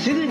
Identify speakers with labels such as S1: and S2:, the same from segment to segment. S1: 役立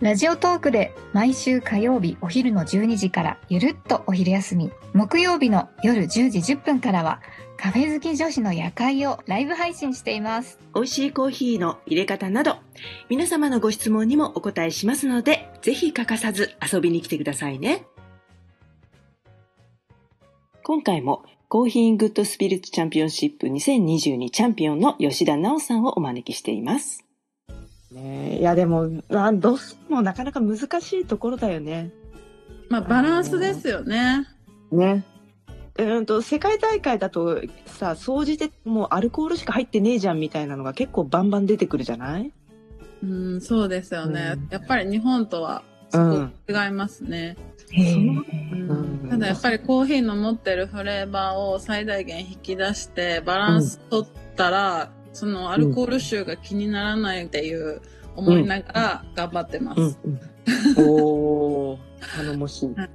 S2: ラジオトークで毎週火曜日お昼の12時からゆるっとお昼休み、木曜日の夜10時10分からはカフェ好き女子の夜会をライブ配信してい ます。
S1: 美味しいコーヒーの入れ方など皆様のご質問にもお答えしますのでぜひ欠かさず遊びに来てくださいね今回もコーヒーグッドスピリッツチャンピオンシップ2022チャンピオンの吉田奈緒さんをお招きしています
S3: ねえいやでもなどうしてもなかなか難しいところだよね。
S4: まあバランスですよね。
S3: ね。うんと世界大会だとさ総じてもうアルコールしか入ってねえじゃんみたいなのが結構バンバン出てくるじゃない
S4: うん、そうですよね。
S3: うん
S4: やっぱり日本とはすごく違いますね。うん
S3: うん
S4: ただやっぱりコーヒーの持ってるフレーバーを最大限引き出してバランス取ったら、そのアルコール臭が気にならないっていう思いながら頑張ってま
S3: う
S4: す。
S3: んうん、おー頼もしい
S4: はい。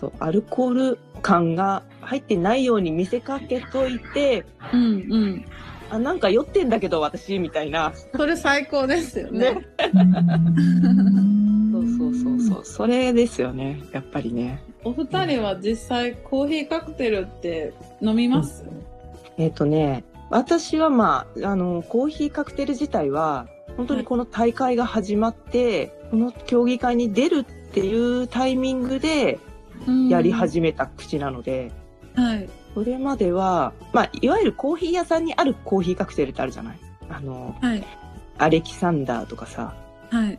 S3: そうアルコール感が入ってないように見せかけといて
S4: うん、うん。
S3: あなんか酔ってんだけど私みたいな。
S4: それ最高ですよね。
S3: ね。そうそうそうそうそれですよねやっぱりね。
S4: お二人は実際コーヒーカクテルって飲みます、
S3: えっ、とね、私はまあ、あの、コーヒーカクテル自体は、本当にこの大会が始まって、この競技会に出るっていうタイミングで
S4: うん
S3: やり始めた口なので、
S4: はい。
S3: それまでは、まあ、いわゆるコーヒー屋さんにあるコーヒーカクテルってあるじゃないあの、
S4: はい。
S3: アレキサンダーとかさ、
S4: はい。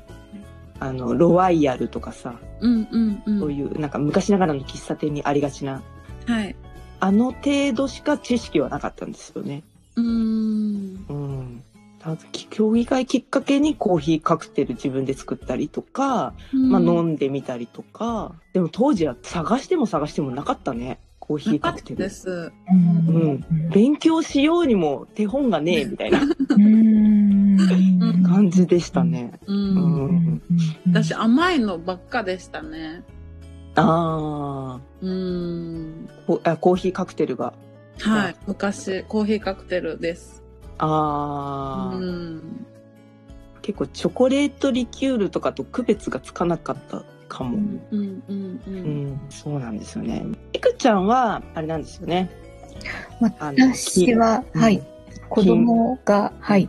S3: あの、ロワイヤルとかさ、
S4: うんうんうん。
S3: そういう、なんか昔ながらの喫茶店にありがちな、
S4: はい。
S3: あの程度しか知識はなかったんですよね。
S4: うーん。
S3: うん。ただ競技会きっかけにコーヒーカクテル自分で作ったりとか、まあ飲
S4: で
S3: んでみたりとか、でも当時は探しても探してもなかったね、コーヒーカクテ
S4: で
S3: ル。
S4: す。
S3: うん。勉強しようにも手本がねえみたいな
S4: うん
S3: 感じでしたね。
S4: う。
S3: うんん。
S4: 私甘いのばっかでしたね。
S3: あ
S4: うーん。
S3: ーこあ、コーヒーカクテルが。
S4: はい。昔、コーヒーカクテルです。う
S3: あー
S4: ん。
S3: 結構チョコレートリキュールとかと区別がつかなかったか
S4: う
S3: も。
S4: んうんうんう。
S3: うんん、そうなんですよね。いくちゃんは、あれなんですよね。あの
S2: 私は、
S3: うん
S2: はい、子供が、はい、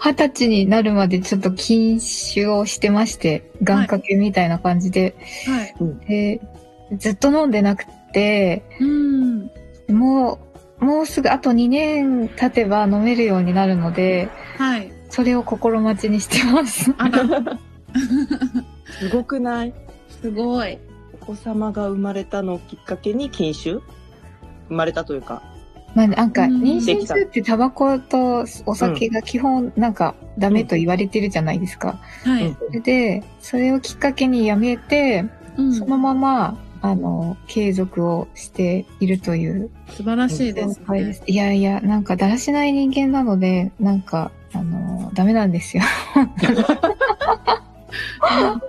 S2: 二十歳になるまでちょっと禁酒をしてまして、願掛けみたいな感じで、
S4: はい。
S2: でずっと飲んでなくて、
S4: うん。
S2: もう、もうすぐあと2年経てば飲めるようになるので、
S4: はい。
S2: それを心待ちにしてます。
S4: あら、
S3: すごくない
S4: すごい。
S3: お子様が生まれたのをきっかけに禁酒生まれたというか。
S2: まあ、なんか、
S4: うん
S2: 妊娠中ってタバコとお酒が基本なんかダメと言われてるじゃないですか。
S4: はい。
S2: それで、それをきっかけにやめて、
S4: うん。
S2: そのまま、あの、継続をしているという
S4: 素晴らしいです
S2: 段階で
S4: ね。
S2: す。いやいや、なんかだらしない人間なので、なんか、あの、ダメなんですよ。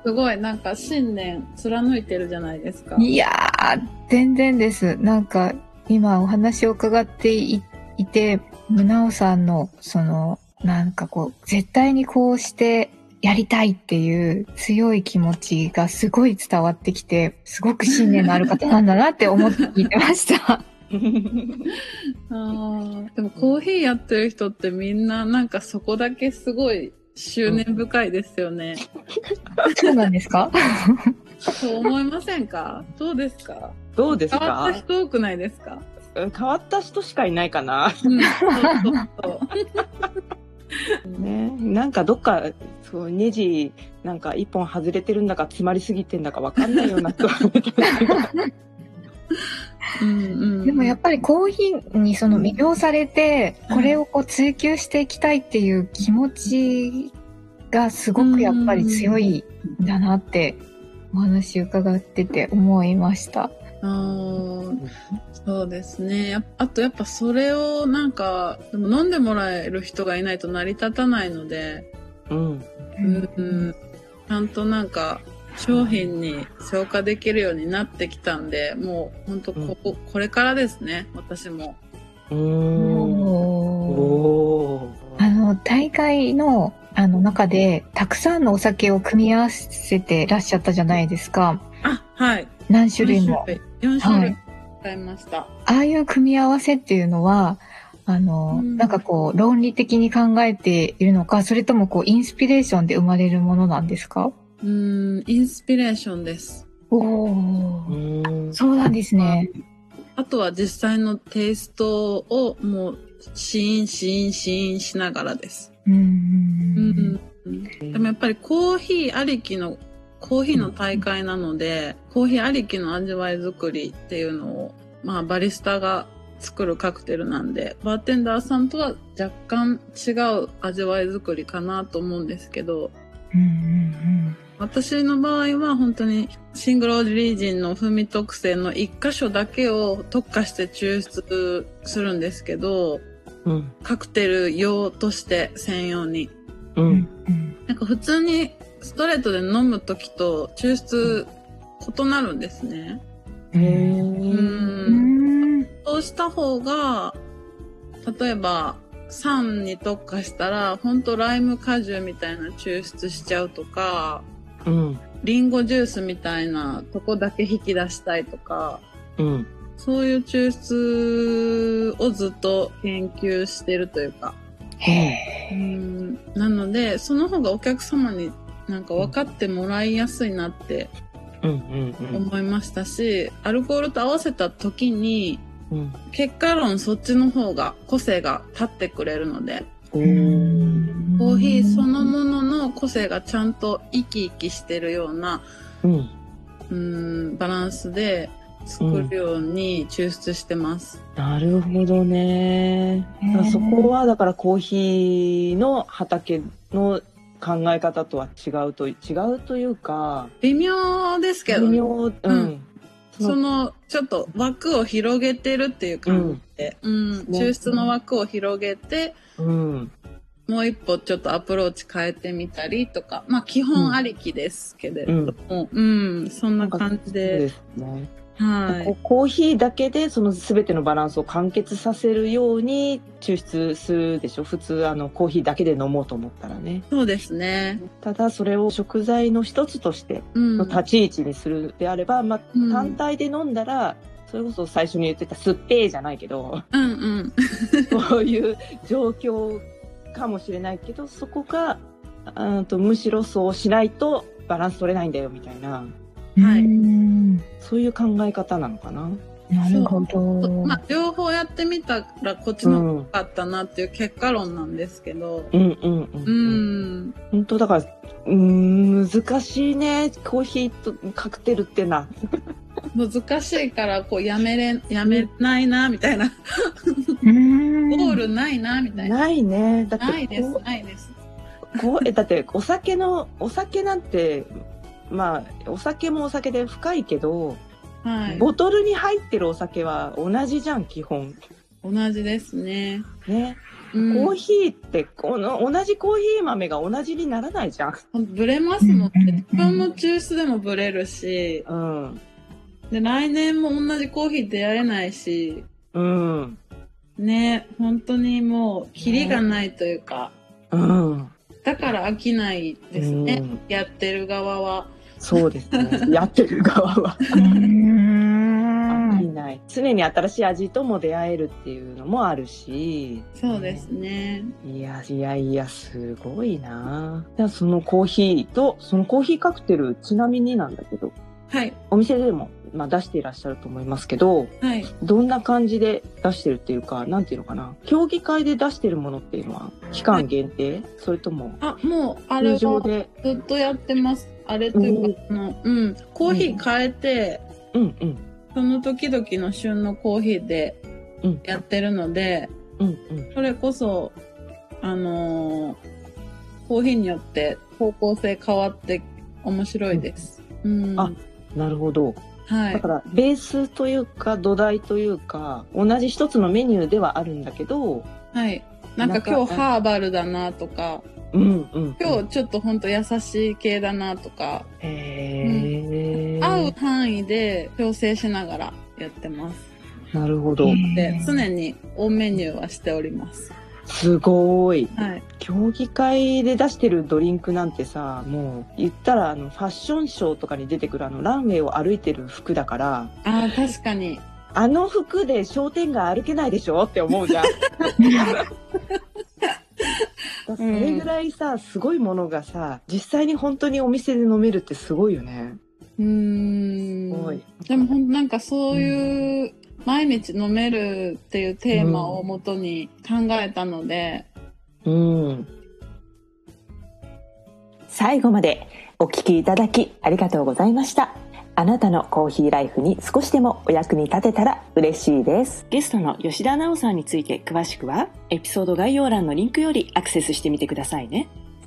S4: すごい、なんか信念貫いてるじゃないですか。
S2: いやー、全然です。なんか、今お話を伺っていいて、なおさんの、その、なんかこう、絶対にこうしてやりたいっていう強い気持ちがすごい伝わってきて、すごく信念のある方なんだなって思って聞いてました。
S4: ああ、でもコーヒーやってる人ってみんななんかそこだけすごい執念深いですよね。
S2: そうなんですか
S4: そう思いませ んかどうですか
S3: どうです
S4: 変わ
S3: か
S4: った人多くないですか
S3: うん変わった人しかいないかな。
S4: うん、そうそうそう。
S3: ね。なんかどっか、そう、ネジ、なんか一本外れてるんだか、詰まりすぎてんだかわかんないような人。
S4: うんうん、
S2: でもやっぱりコーヒーにその魅了されて、これをこう追求していきたいっていう気持ちがすごくやっぱり強いんだなってお話伺ってて思いました。
S4: ぱうんそうですね。やっあとやっぱそれをなんか、でも飲んでもらえる人がいないと成り立たないので、
S3: うん。
S4: うんうん、ちゃんとなんか商品に消化できるようになってきたんで、もう本当ここ、これからですね、私も。
S3: う
S2: うん
S3: ん。
S2: おー
S3: おー
S2: あの大会のあの中でたくさんのお酒を組み合わせてらっしゃったじゃないですか
S4: あ、はい。
S2: 何種類も
S4: 4種
S2: は
S4: 類
S2: い
S4: 買いました。
S2: ああいう組み合わせっていうのはあの、
S4: うん
S2: なんかこう論理的に考えているのかそれともこうインスピレーションで生まれるものなんですか
S4: うん、インスピレーションです。
S2: お
S3: う
S2: お
S3: ん
S2: そうなんですね
S4: あとは実際のテイストをもう、シーン、シーン、シーンしながらです。
S2: うん
S4: うんでもやっぱりコーヒーありきの、コーヒーの大会なので、コーヒーありきの味わい作りっていうのを、まあバリスタが作るカクテルなんで、バーテンダーさんとは若干違う味わい作りかなと思うんですけど、
S2: うんうん
S4: 私の場合は本当にシングルオリジンの風味特性の一箇所だけを特化して抽出するんですけど、
S3: うん。
S4: カクテル用として専用に。
S3: う
S2: うんうん
S3: ん。
S2: うん
S4: なんか普通にストレートで飲む時と抽出異なるんですね。
S2: う
S3: へ
S2: ん
S4: う
S3: ー
S4: ん。
S2: うん
S4: そうした方が、例えば酸に特化したら、ほんとライム果汁みたいな抽出しちゃうとか、
S3: うん。
S4: リンゴジュースみたいなとこだけ引き出したいとか、
S3: うん。
S4: そういう抽出をずっと研究してるというか、
S2: へ
S4: うんなのでその方がお客様になんか分かってもらいやすいなって
S3: うん。うん。うん
S4: 思いましたし、アルコールと合わせた時に
S3: うん。
S4: 結果論そっちの方が個性が立ってくれるので
S3: う
S2: え
S3: ん。
S4: コーヒーそのものの個性がちゃんと生き生きしてるような
S3: うん。
S4: うんバランスで作るように抽出してます。
S3: なるほどね。だからそこはだからコーヒーの畑の考え方とは違うと違うというか
S4: 微妙ですけど
S3: 微
S4: ね、
S3: 妙うん、
S4: うん
S3: そ
S4: そ
S3: の
S4: のちょっと枠を広げてるっていう感じで、うん
S3: ね
S4: 抽出の枠を広げて
S3: うん
S4: もう一歩ちょっとアプローチ変えてみたりとかまあ基本ありきですけれども、うんそんな感じ
S3: そう
S4: で
S3: ですね、
S4: はい
S3: こうコーヒーだけでその全てのバランスを完結させるように抽出するでしょ普通あのコーヒーだけで飲もうと思ったらね
S4: そうですね、
S3: ただそれを食材の一つとして
S4: うん、
S3: の立ち位置にするであれば、まあ、
S4: うん
S3: 単体で飲んだら、それこそ最初に言ってたすっぺーじゃないけど
S4: うんうん
S3: そういう状況かもしれないけど、そこが、あとむしろそうしないとバランス取れないんだよみたいな、
S4: はい
S2: うん
S3: そういう考え方なのかな。
S2: なるほど。
S4: まあ両方やってみたらこっちの方が良かったなっていう結果論なんですけど
S3: うんうんうん。
S4: う。ん
S3: 本当だから、うん、難しいね。コーヒーとカクテルってな。
S4: 難しいからこうやめれやめないなみたいな、
S2: うん
S4: ゴールないなみたいな
S3: ないね。だって
S4: ないです
S3: こ
S4: ないです
S3: うこうえだってお酒の、お酒なんて、まあ、お酒もお酒で深いけど、
S4: はい
S3: ボトルに入ってるお酒は同じじゃん、基本。
S4: 同じですね、
S3: ね。
S4: うん、
S3: コーヒーってこの同じコーヒー豆が同じにならないじゃん。
S4: ブレますもん
S2: うんうんう
S4: ね
S2: ん
S4: 自分の抽出でもブレるし
S3: うん。
S4: で来年も同じコーヒー出会えないし
S3: うん。
S4: ね本当にもうキリがないというか、
S3: うん。
S4: だから飽きないですね、
S3: うん
S4: やってる側は
S3: そうです ね。やってる側は。
S2: うん
S3: 飽 きない。常に新しい味とも出会えるっていうのもあるし。
S4: そうですね
S3: いや、いやいや、すごいなじゃあそのコーヒーと、そのコーヒーカクテル、ちなみになんだけど、
S4: はい
S3: お店でも、まあ、出していらっしゃると思いますけど、
S4: はい
S3: どんな感じで出してるっていうか、なんていうのかな。競技会で出してるものっていうのは、期間限定それとも、
S4: あもうあれ
S3: 通常
S4: は
S3: で。
S4: ずっとやってますあれというか、あのうん、コーヒー変えて、
S3: うんうん。
S4: その時々の旬のコーヒーで
S3: うん
S4: やってるので、
S3: うんうん
S4: それこそ、あのーコーヒーによって方向性変わって面白いです。うん。
S3: あなるほど。
S4: は
S3: だ
S4: い
S3: か。らベースというか土台というか同じ一つのメニューではあるんだけど
S4: はい。なんか今日ハーバルだなとか、
S3: うんうん
S4: 今日ちょっとほんと優しい系だなとか、
S3: 日へえ、
S4: 合う範囲で調整しながらやってます。
S3: なるほど
S4: で、
S2: ね
S4: 常にオンメニューはしております。
S3: すごい
S4: はい。
S3: 競技会で出してるドリンクなんてさもう言ったらあのファッションショーとかに出てくるあのランウェイを歩いてる服だから
S4: ああ、確かに。
S3: あの服で商店街歩けないでしょって思うじゃん。 だからそれぐらいさすごいものがさ実際に本当にお店で飲めるってすごいよね。
S4: うーん。
S3: すごい。
S4: でもほんなんかそういう毎日飲めるっていうテーマをもとに考えたので、
S3: うん。
S1: 最後までお聞きいただきありがとうございましたあなたのコーヒーライフに少しでもお役に立てたら嬉しいですゲストの吉田奈緒さんについて詳しくはエピソード概要欄のリンクよりアクセスしてみてくださいね